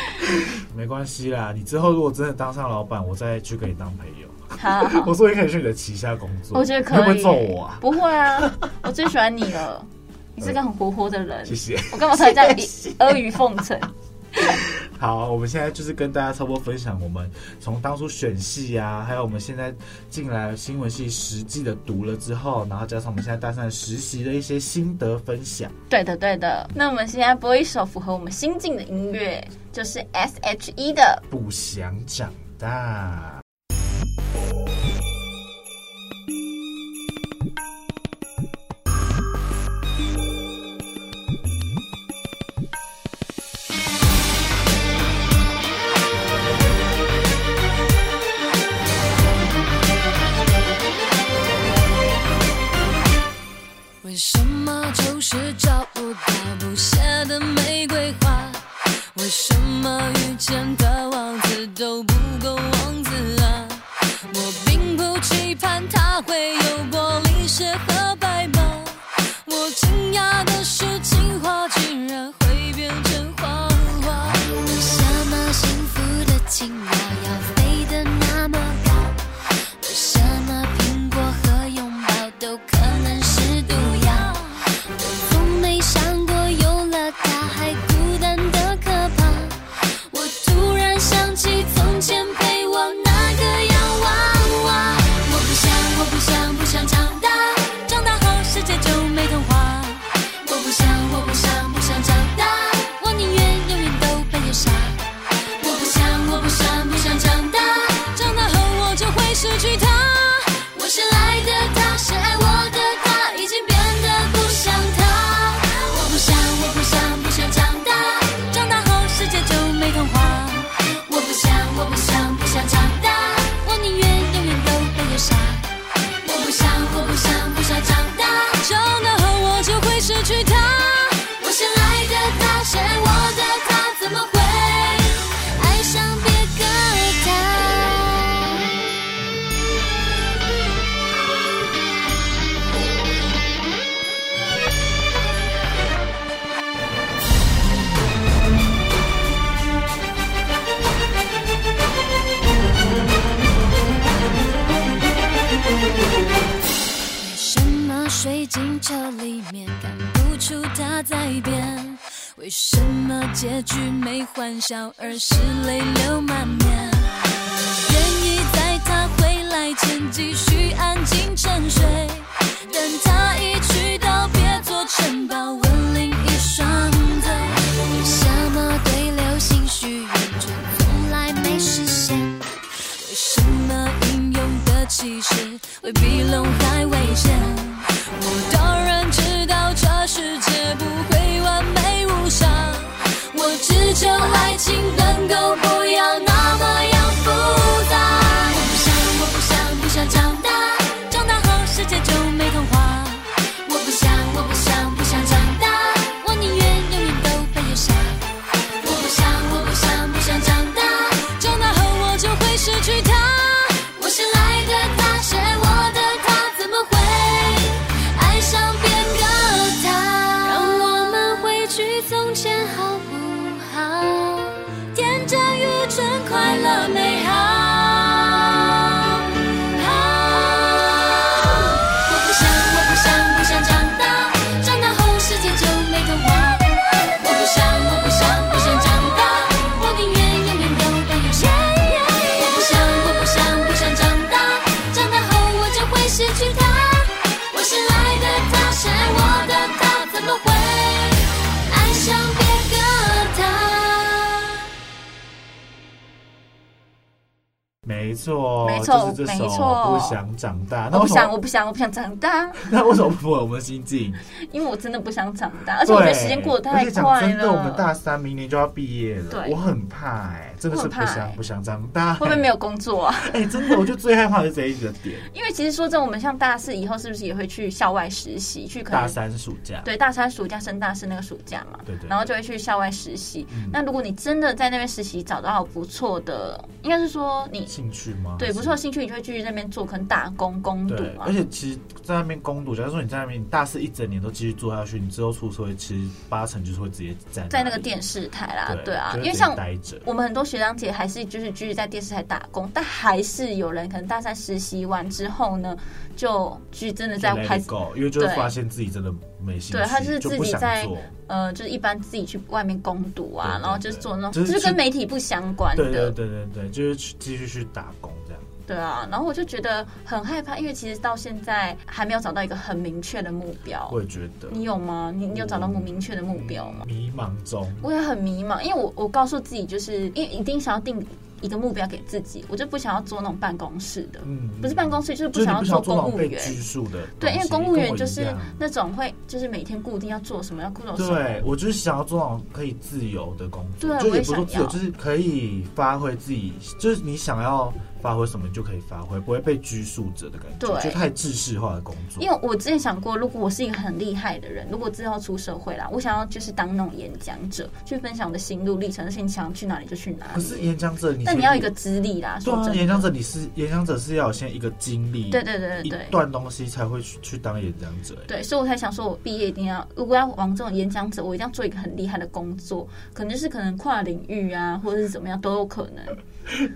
Speaker 2: 没关系啦。你之后如果真的当上老板，我再去跟你当朋友。
Speaker 3: 好好好
Speaker 2: 我，说你可以去你的旗下工作，
Speaker 3: 我觉得可
Speaker 2: 你
Speaker 3: 以。
Speaker 2: 会不会揍我啊？
Speaker 3: 不会 啊，我最喜欢你了，你是个很活泼的人
Speaker 2: 谢。哎谢。
Speaker 3: 我干嘛突然这样一阿谀奉承？
Speaker 2: 好，我们现在就是跟大家差不多分享我们从当初选系啊，还有我们现在进来新闻系实际的读了之后，然后加上我们现在大三的实习的一些心得分享。
Speaker 3: 对的，对的。那我们现在播一首符合我们心境的音乐，就是 S H E 的。
Speaker 2: 不想长大。
Speaker 4: 为什么就是找不到不谢的玫瑰花？为什么遇见的王子都不够王子啊？我并不期盼他会有玻璃鞋和白马，我惊讶的是情话竟然会变成谎话。为什么幸福的青蛙要飞得那么高？为什么啊苹果和拥抱都可能是毒药？我从没想过有了它还孤单的可怕。我突然想起从前陪我那个洋娃娃。我不想，我不想，不想长大，长大后世界就没童话。我不想，我不想，不想长大，我宁愿永远都被人傻。我不想，我不想，不想长大，长大后我就会失去他。我深爱的他，深爱我的他，么水晶球里面看不出它在变？为什么结局没欢笑，而是泪流满面？愿意在他回来前继续安静沉睡，等他一去到，别做城堡，吻另一双嘴。什么对流星许愿，却从来没实现。为什么英勇的骑士会比龙还危险？我当然知道这世界不会完美无瑕，我只求爱情能够不要那么样复杂。我不想，我不想，不想长大，长大后世界就没童话。我不想，我不想，不想长大，我宁愿永远都被扼杀。我不想，我不想，不想长大，长大后我就会失去他。我深爱的他，是爱我的他，怎么会爱上别个他？让我们回去从前好不好？天真、愚蠢、快乐、美好。我不想，我不想，不想长大，长大后世界就没童话。我不想，我不想，不想长大，我宁愿永远都被留下。我不想，我不想，不想长大，长大后我就会失去他。我深爱的他，深爱我的他，怎么会爱上别个他？
Speaker 2: 没错，
Speaker 3: 没错
Speaker 2: 就是这首
Speaker 3: 没错
Speaker 2: 不想长大。那
Speaker 3: 我不
Speaker 2: 为什
Speaker 3: 想，我
Speaker 2: 么？
Speaker 3: 不想，我不想长大，
Speaker 2: 那为什么不符合我们的心境？
Speaker 3: 因为我真的不想长大，而
Speaker 2: 而
Speaker 3: 且我觉得时间过得
Speaker 2: 而
Speaker 3: 太
Speaker 2: 且讲
Speaker 3: 快
Speaker 2: 真的，我们
Speaker 3: 了。
Speaker 2: 大三明年就要毕业了，
Speaker 3: 对
Speaker 2: 我很怕哎、真的是
Speaker 3: 我
Speaker 2: 不
Speaker 3: 很怕
Speaker 2: 想
Speaker 3: 欸
Speaker 2: 不想长大、
Speaker 3: 会不会没有？工作啊？
Speaker 2: 哎、真的，我就最害怕的是这一个点。
Speaker 3: 因为其实说真的，我们像大四以后，是不是也会去校外实习？ 去可能
Speaker 2: 大三暑假，
Speaker 3: 对，大三暑假升大四那个暑假嘛，
Speaker 2: 对对嗯
Speaker 3: 然后就会去校外实习。那如果你真的在那边实习找到不错的，应该是说你
Speaker 2: 兴趣吗？
Speaker 3: 对不错的兴趣，你就会去那边做，可能打工攻读
Speaker 2: 对，
Speaker 3: 啊
Speaker 2: 而。且其实，在那边攻读，假如说你在那边你大四一整年都继续做下去，你之后出社会，其实八成就是会直接在
Speaker 3: 在那个
Speaker 2: 里
Speaker 3: 电视台啦，对啊
Speaker 2: 就，
Speaker 3: 因
Speaker 2: 会
Speaker 3: 为
Speaker 2: 直接
Speaker 3: 像
Speaker 2: 待着，
Speaker 3: 我们很多学长姐还是就是继续在电视台打工，但还是有人可能大三实习完之后呢，就去真的在
Speaker 2: 就 let it
Speaker 3: 还是
Speaker 2: go，因为就会
Speaker 3: 对
Speaker 2: 发现自己真的没兴趣，
Speaker 3: 对他是
Speaker 2: 就
Speaker 3: 自
Speaker 2: 不
Speaker 3: 己
Speaker 2: 想
Speaker 3: 在
Speaker 2: 做
Speaker 3: 呃，就是一般自己去外面攻读啊，
Speaker 2: 对对
Speaker 3: 然后就是做那种，
Speaker 2: 就
Speaker 3: 就
Speaker 2: 是
Speaker 3: 是
Speaker 2: 去
Speaker 3: 跟媒体不相关的，
Speaker 2: 对对对对对，就是去继续去打工这样。
Speaker 3: 对啊，然后我就觉得很害怕，因为其实到现在还没有找到一个很明确的目标。
Speaker 2: 我也觉得
Speaker 3: 哦你有吗？你你有找到
Speaker 2: 我
Speaker 3: 明确的目标吗？
Speaker 2: 迷茫中，
Speaker 3: 我也很迷茫，因为我我告诉自己，就是因为一定想要定一个目标给自己，我就不想要做那种办公室的，
Speaker 2: 嗯，
Speaker 3: 不是办公室，就是
Speaker 2: 就
Speaker 3: 不
Speaker 2: 是
Speaker 3: 想
Speaker 2: 你
Speaker 3: 要
Speaker 2: 不想
Speaker 3: 做
Speaker 2: 要做那
Speaker 3: 公
Speaker 2: 种
Speaker 3: 务
Speaker 2: 被
Speaker 3: 员
Speaker 2: 拘。束的东西，
Speaker 3: 对，因为公务
Speaker 2: 跟
Speaker 3: 员
Speaker 2: 我
Speaker 3: 就
Speaker 2: 一
Speaker 3: 是
Speaker 2: 样
Speaker 3: 那种会，就是每天固定要做什么，要做到什么。
Speaker 2: 对，我就是想要做那种可以自由的工作，
Speaker 3: 对啊
Speaker 2: 就
Speaker 3: 我也
Speaker 2: 不是说
Speaker 3: 想
Speaker 2: 自由，
Speaker 3: 要
Speaker 2: 就是可以发挥自己，就是你想要发挥什么就可以发挥，不会被拘束着的感觉，
Speaker 3: 对
Speaker 2: 就太制式化的工作。
Speaker 3: 因为我之前想过，如果我是一个很厉害的人，如果之后出社会啦，我想要就是当那种演讲者，去分享我的心路历程，而且你想去哪里就去哪
Speaker 2: 可
Speaker 3: 里。
Speaker 2: 是演讲者你，
Speaker 3: 但你要一个。资历啦，
Speaker 2: 对
Speaker 3: 说
Speaker 2: 啊，
Speaker 3: 真的，
Speaker 2: 演讲者你是演讲者是要有先一个经历，
Speaker 3: 对对对对对
Speaker 2: 一段东西才会去去当演讲者。哎
Speaker 3: 对，所以我才想说，我毕业一定要，如果要往这种演讲者，我一定要做一个很厉害的工作，可能就是可能跨领域啊，或者是怎么样都有可能。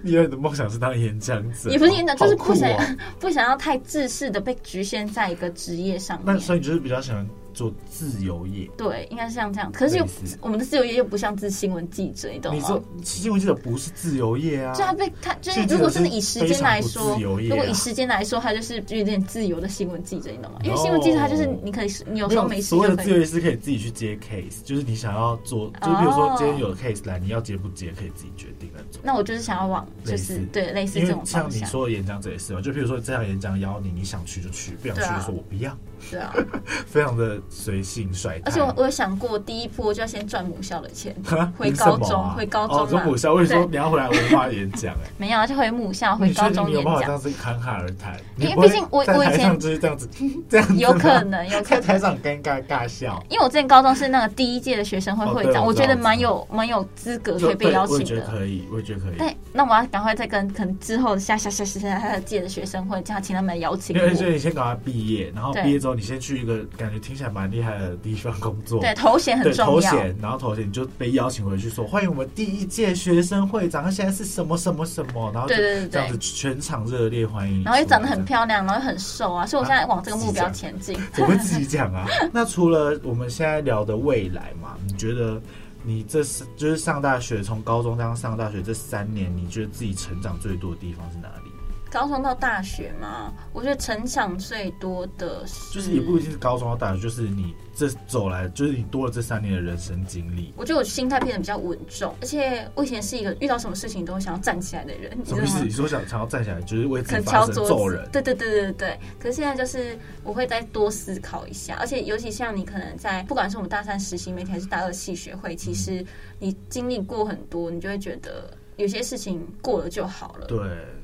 Speaker 2: 你的梦想是当演讲者，
Speaker 3: 也不是演讲，就是
Speaker 2: 好
Speaker 3: 不
Speaker 2: 酷
Speaker 3: 想、
Speaker 2: 哦
Speaker 3: 不想要太自私的被局限在一个职业上
Speaker 2: 那
Speaker 3: 面。
Speaker 2: 所以你就是比较喜欢做自由业，
Speaker 3: 对，应该是像这样。可是又
Speaker 2: 类似
Speaker 3: 我们的自由业又不像是新闻记者，你懂
Speaker 2: 你
Speaker 3: 吗？
Speaker 2: 说新闻记者不是自由业啊？
Speaker 3: 就他被他就是
Speaker 2: 记，者
Speaker 3: 如果真的
Speaker 2: 是
Speaker 3: 以时
Speaker 2: 非
Speaker 3: 间
Speaker 2: 常
Speaker 3: 来
Speaker 2: 不自
Speaker 3: 说，
Speaker 2: 由业
Speaker 3: 如果
Speaker 2: 啊
Speaker 3: 以时间来说，他就是有点自由的新闻记者，你懂吗？因为新闻记者他就是你可以你有
Speaker 2: 没
Speaker 3: 时候
Speaker 2: 有，
Speaker 3: 没事
Speaker 2: 所有
Speaker 3: 就
Speaker 2: 的
Speaker 3: 可
Speaker 2: 自由
Speaker 3: 以。哦
Speaker 2: 业是可以自己去接 case，就是你想要做，就是比如说今天有 case 来，你要接不接可以自己决定那种。
Speaker 3: 那我就是想要往就
Speaker 2: 类
Speaker 3: 是
Speaker 2: 似
Speaker 3: 对类似
Speaker 2: 因
Speaker 3: 这
Speaker 2: 为
Speaker 3: 种
Speaker 2: 像
Speaker 3: 方
Speaker 2: 你
Speaker 3: 向，
Speaker 2: 说的演讲者也是嘛，就比如说这样演讲邀你，你想去就去，不想去
Speaker 3: 对啊
Speaker 2: 就说我不要，
Speaker 3: 对啊。
Speaker 2: 非常的随性率态。
Speaker 3: 而且我 我有想过，第一波就要先赚母校的钱
Speaker 2: 啊，
Speaker 3: 回
Speaker 2: 凭什
Speaker 3: 高
Speaker 2: 么
Speaker 3: 中，
Speaker 2: 啊
Speaker 3: 回高
Speaker 2: 哦，
Speaker 3: 中
Speaker 2: 中
Speaker 3: 啦
Speaker 2: 母校，我跟你说
Speaker 3: 对
Speaker 2: 你要回来文化演讲，哎，
Speaker 3: 没有啊，就回母校， 回
Speaker 2: 你确
Speaker 3: 高
Speaker 2: 定
Speaker 3: 中
Speaker 2: 你有
Speaker 3: 演
Speaker 2: 办 法这
Speaker 3: 讲
Speaker 2: 样。子侃侃而谈？
Speaker 3: 因为
Speaker 2: 你不会
Speaker 3: 毕竟我
Speaker 2: 在
Speaker 3: 我以
Speaker 2: 台
Speaker 3: 前
Speaker 2: 上就是这样子，这样子
Speaker 3: 有
Speaker 2: 吗
Speaker 3: 可能有可
Speaker 2: 在
Speaker 3: 能
Speaker 2: 台上尴尬尬笑。
Speaker 3: 因为我之前高中是那个第一届的学生会
Speaker 2: 哦
Speaker 3: 会
Speaker 2: 对
Speaker 3: 长，
Speaker 2: 我
Speaker 3: 我
Speaker 2: 知
Speaker 3: 觉
Speaker 2: 道
Speaker 3: 得
Speaker 2: 我
Speaker 3: 蛮
Speaker 2: 知道
Speaker 3: 有蛮有资格可
Speaker 2: 对
Speaker 3: 以被邀
Speaker 2: 我
Speaker 3: 请
Speaker 2: 也觉
Speaker 3: 的。
Speaker 2: 得可以，我也觉得可以。
Speaker 3: 但那我要赶快再跟可能之后的下下下下下下届的学生会，这样请他们来邀请
Speaker 2: 因为所以
Speaker 3: 我。
Speaker 2: 你先赶快毕业，然后
Speaker 3: 对
Speaker 2: 毕业之后你先去一个感觉听起来还蛮厉害的地方工作，
Speaker 3: 对，头衔很
Speaker 2: 对
Speaker 3: 重
Speaker 2: 头
Speaker 3: 要。
Speaker 2: 衔，然后头衔你就被邀请回去说，欢迎我们第一届学生会长，他现在是什么什么什么，然后就
Speaker 3: 对对对对
Speaker 2: 这样子全场热烈欢迎你出来，
Speaker 3: 然后又长得
Speaker 2: 这
Speaker 3: 很
Speaker 2: 样
Speaker 3: 漂亮，然后又很瘦啊，所以我现在往这个目标前进。
Speaker 2: 我会自己 讲啊。那除了我们现在聊的未来嘛，你觉得你这是就是上大学，从高中这样上大学这三年，你觉得自己成长最多的地方是哪里？
Speaker 3: 高中到大学嘛，我觉得成长最多的是，
Speaker 2: 就是也不一定
Speaker 3: 嗯
Speaker 2: 是高中到大学，就是你这走来，就是你多了这三年的人生经历。
Speaker 3: 我觉得我心态变得比较稳重，而且我以前是一个遇到什么事情都会想要站起来的人，你知
Speaker 2: 什
Speaker 3: 道
Speaker 2: 么意思？
Speaker 3: 吗
Speaker 2: 你？说想想要站起来，就是为
Speaker 3: 可
Speaker 2: 自己
Speaker 3: 能
Speaker 2: 发
Speaker 3: 敲
Speaker 2: 声
Speaker 3: 桌
Speaker 2: 揍
Speaker 3: 子
Speaker 2: 人，，
Speaker 3: 对对对对对对。可是现在就是我会再多思考一下，而且尤其像你可能在不管是我们大三实习媒体还是大二系学会，其
Speaker 2: 嗯
Speaker 3: 实你经历过很多，你就会觉得有些事情过了就好了。
Speaker 2: 对。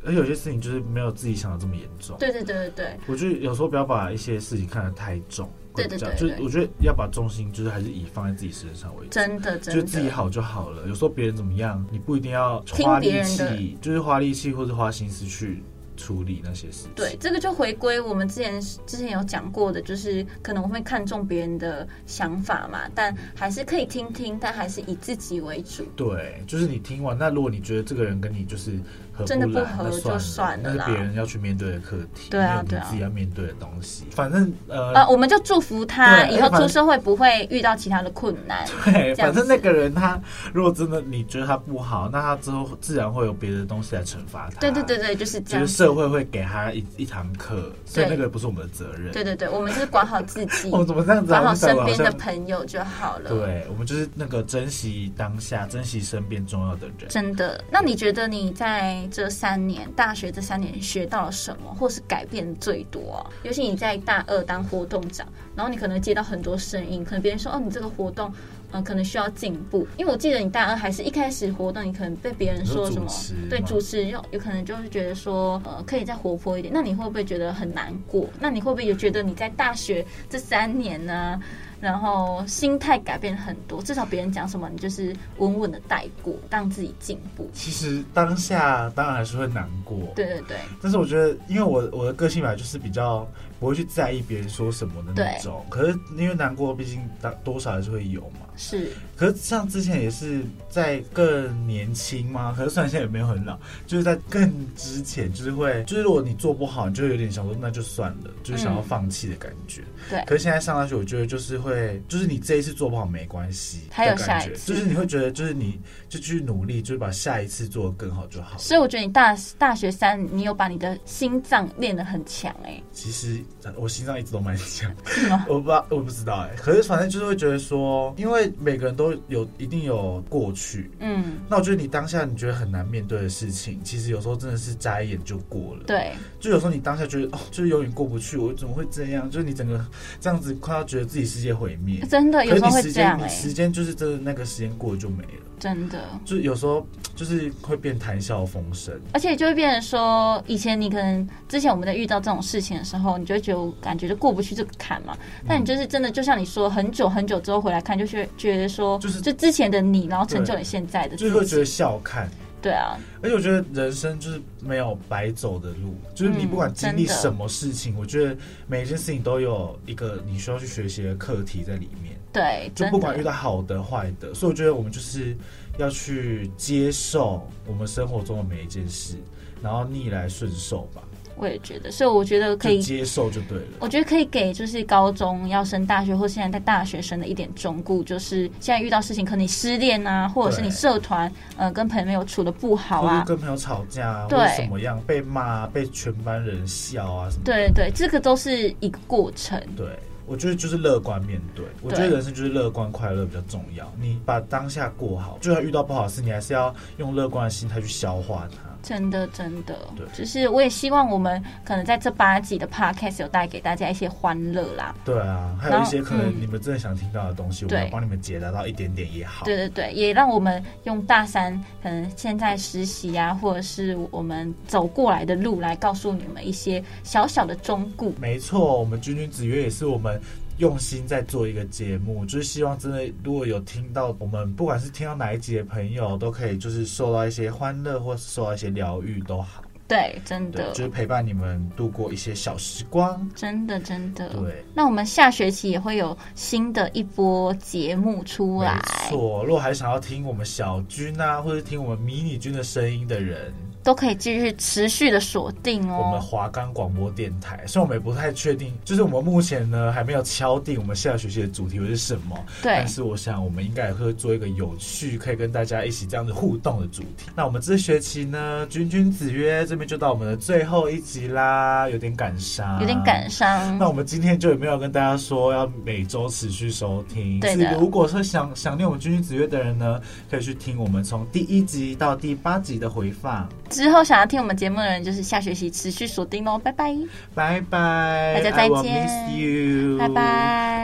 Speaker 2: 而有些事情就是没有自己想的这么严重。
Speaker 3: 对对对对对，
Speaker 2: 我觉得有时候不要把一些事情看得太重，会
Speaker 3: 对对
Speaker 2: 比较
Speaker 3: 对
Speaker 2: 就是
Speaker 3: 对
Speaker 2: 我觉得要把重心就是还是以放在自己身上为主。
Speaker 3: 真的真
Speaker 2: 就
Speaker 3: 的。
Speaker 2: 自己好就好了。有时候别人怎么样，你不一定要花力
Speaker 3: 听别人
Speaker 2: 气，就是花力气或者花心思去处理那些事情。
Speaker 3: 对，，这个就回归我们之前之前有讲过的，就是可能会看重别人的想法嘛，但还是可以听听，但还是以自己为主。
Speaker 2: 对，就是你听完，那如果你觉得这个人跟你就是合
Speaker 3: 真的
Speaker 2: 不来
Speaker 3: 不合
Speaker 2: 那算
Speaker 3: 就算了
Speaker 2: 那
Speaker 3: 啦
Speaker 2: 是别人要去面对的课题，
Speaker 3: 对啊
Speaker 2: 没
Speaker 3: 对
Speaker 2: 有你
Speaker 3: 啊
Speaker 2: 自己要面对的东西。反正呃。
Speaker 3: 呃，我们就祝福他
Speaker 2: 对
Speaker 3: 以后
Speaker 2: 反
Speaker 3: 出社会不会遇到其他的困难。
Speaker 2: 对，
Speaker 3: 这样
Speaker 2: 反
Speaker 3: 子
Speaker 2: 正那个人他如果真的你觉得他不好，那他之后自然会有别的东西来惩罚他。
Speaker 3: 对对对，对，就是这
Speaker 2: 啊就
Speaker 3: 样
Speaker 2: 是
Speaker 3: 子。
Speaker 2: 社会会给他一一堂课，所以
Speaker 3: 对
Speaker 2: 那个不是我们的责任。
Speaker 3: 对对对，我们就是管好自己
Speaker 2: 我，们怎么这样子啊？
Speaker 3: 管好
Speaker 2: 我们讲得
Speaker 3: 身
Speaker 2: 好
Speaker 3: 边的
Speaker 2: 像
Speaker 3: 朋友就好了。，
Speaker 2: 对，我们就是那个珍惜当下，珍惜身边重要的人。
Speaker 3: 真的。那你觉得你在这三年，大学这三年学到了什么，或是改变最多啊、尤其你在大二当活动长，然后你可能接到很多声音，可能别人说哦，你这个活动，呃，可能需要进步。因为我记得你大二还是一开始活动，你可能被别人说什么
Speaker 2: 你说主持，
Speaker 3: 对
Speaker 2: 吗
Speaker 3: 主持人有有可能就是觉得说，呃，可以再活泼一点。那你会不会觉得很难过？那你会不会也觉得你在大学这三年呢、然后心态改变很多，至少别人讲什么，你就是稳稳的带过，让自己进步。
Speaker 2: 其实当下当然还是会难过，
Speaker 3: 对对对，
Speaker 2: 但是我觉得，因为我我的个性本来就是比较不会去在意别人说什么的那
Speaker 3: 对
Speaker 2: 种。可是因为难过，毕竟当多少还是会有嘛。
Speaker 3: 是
Speaker 2: 可是像之前也是在更年轻嘛，可是虽然现在也没有很老，就是在更之前，就是会，就是如果你做不好，你就会有点想说那就算了，就是想要
Speaker 3: 嗯
Speaker 2: 放弃的感觉。
Speaker 3: 对
Speaker 2: 可是现在上大学，我觉得就是会，就是你这一次做不好没关系，
Speaker 3: 还有
Speaker 2: 的感
Speaker 3: 下
Speaker 2: 觉
Speaker 3: 一次
Speaker 2: 就是你会觉得，就是你就去努力，就是把下一次做得更好就好了。
Speaker 3: 所以我觉得你大大学三，你有把你的心脏练得很强哎、
Speaker 2: 其实我心脏一直都蛮强，
Speaker 3: 是吗？
Speaker 2: 我不知道，我不知道哎、可是反正就是会觉得说，因为每个人都有一定有过去，
Speaker 3: 嗯，
Speaker 2: 那我觉得你当下你觉得很难面对的事情，其实有时候真的是眨一眼就过了。，
Speaker 3: 对，
Speaker 2: 就有时候你当下觉得哦，就是永远过不去，我怎么会这样？就是你整个这样子快要觉得自己世界毁灭。
Speaker 3: 真的有时
Speaker 2: 可
Speaker 3: 候会
Speaker 2: 是你时
Speaker 3: 这样
Speaker 2: 间，
Speaker 3: 哎、
Speaker 2: 你时间就是真的那个时间过了就没了，
Speaker 3: 真的。
Speaker 2: 就是有时候就是会变谈笑风生。
Speaker 3: 而且就会变成说，以前你可能之前我们在遇到这种事情的时候，你就会觉得感觉就过不去这个坎嘛。但你就是真的，就像你说，很久很久之后回来看，就觉觉得说，
Speaker 2: 就是
Speaker 3: 就之前的你，然后成就
Speaker 2: 对
Speaker 3: 你现在的
Speaker 2: 就
Speaker 3: 自
Speaker 2: 是会觉
Speaker 3: 己
Speaker 2: 得。笑看。
Speaker 3: 对啊，
Speaker 2: 而且我觉得人生就是没有白走的路，就是你
Speaker 3: 嗯
Speaker 2: 不管经历
Speaker 3: 真的
Speaker 2: 什么事情，我觉得每一件事情都有一个你需要去学习的课题在里面，
Speaker 3: 对，
Speaker 2: 就
Speaker 3: 真
Speaker 2: 不管遇
Speaker 3: 的
Speaker 2: 到好的坏的，所以我觉得我们就是要去接受我们生活中的每一件事，然后逆来顺受吧，
Speaker 3: 我也觉得，所以我觉得可
Speaker 2: 就
Speaker 3: 以
Speaker 2: 接受就对了。
Speaker 3: 我觉得可以给就是高中要升大学或现在在大学生的一点忠告，就是现在遇到事情，可能你失恋啊，或者是你社团呃跟朋友处的不好
Speaker 2: 或者
Speaker 3: 啊，
Speaker 2: 跟朋友吵架啊，或
Speaker 3: 对
Speaker 2: 者什么样被骂啊、被全班人笑啊什么的。
Speaker 3: 对对，这个都是一个过程。
Speaker 2: 对，我觉得就是乐观面对。我觉得人生就是乐观快乐比较重要。你把当下过好，就算遇到不好的事，你还是要用乐观的心态去消化它。
Speaker 3: 真的，真的
Speaker 2: 对，
Speaker 3: 就是我也希望我们可能在这八集的 podcast 有带给大家一些欢乐啦。
Speaker 2: 对啊，还有
Speaker 3: 然
Speaker 2: 一
Speaker 3: 后
Speaker 2: 些可能
Speaker 3: 嗯
Speaker 2: 你们真的想听到的东西，我
Speaker 3: 对
Speaker 2: 们有帮你们解答到一点点也好。
Speaker 3: 对对对，也让我们用大三可能现在实习啊，或者是我们走过来的路来告诉你们一些小小的忠告。
Speaker 2: 没错，我们君君子曰也是我们。用心在做一个节目，就是希望真的，如果有听到我们不管是听到哪一集的朋友，都可以就是受到一些欢乐，或是受到一些疗愈都好。
Speaker 3: 对，真
Speaker 2: 对，
Speaker 3: 的
Speaker 2: 就，是陪伴你们度过一些小时光。
Speaker 3: 真的，真的。
Speaker 2: 对，
Speaker 3: 那我们下学期也会有新的一波节目出
Speaker 2: 没
Speaker 3: 来，
Speaker 2: 错。如果还想要听我们小军啊，或者听我们迷你军的声音的人，
Speaker 3: 都可以继续持续的锁定
Speaker 2: 我们
Speaker 3: 哦。
Speaker 2: 华冈广播电台，虽然我们也不太确定，就是我们目前呢还没有敲定我们下学期的主题会是什么，
Speaker 3: 对
Speaker 2: 但，是我想我们应该也会做一个有趣，可以跟大家一起这样子互动的主题。那我们这学期呢，君君子曰这边就到我们的最后一集啦，有点感伤，
Speaker 3: 有点感。伤
Speaker 2: 那。我们今天就也没有跟大家说要每周持续收听，
Speaker 3: 对的
Speaker 2: 是如果说想想念我们君君子曰的人呢，可以去听我们从第一集到第八集的回放。
Speaker 3: 之后想要听我们节目的人，就是下学期持续锁定哦，拜拜，
Speaker 2: 拜拜，
Speaker 3: 大家再
Speaker 2: I will
Speaker 3: 见
Speaker 2: miss you，
Speaker 3: 拜拜。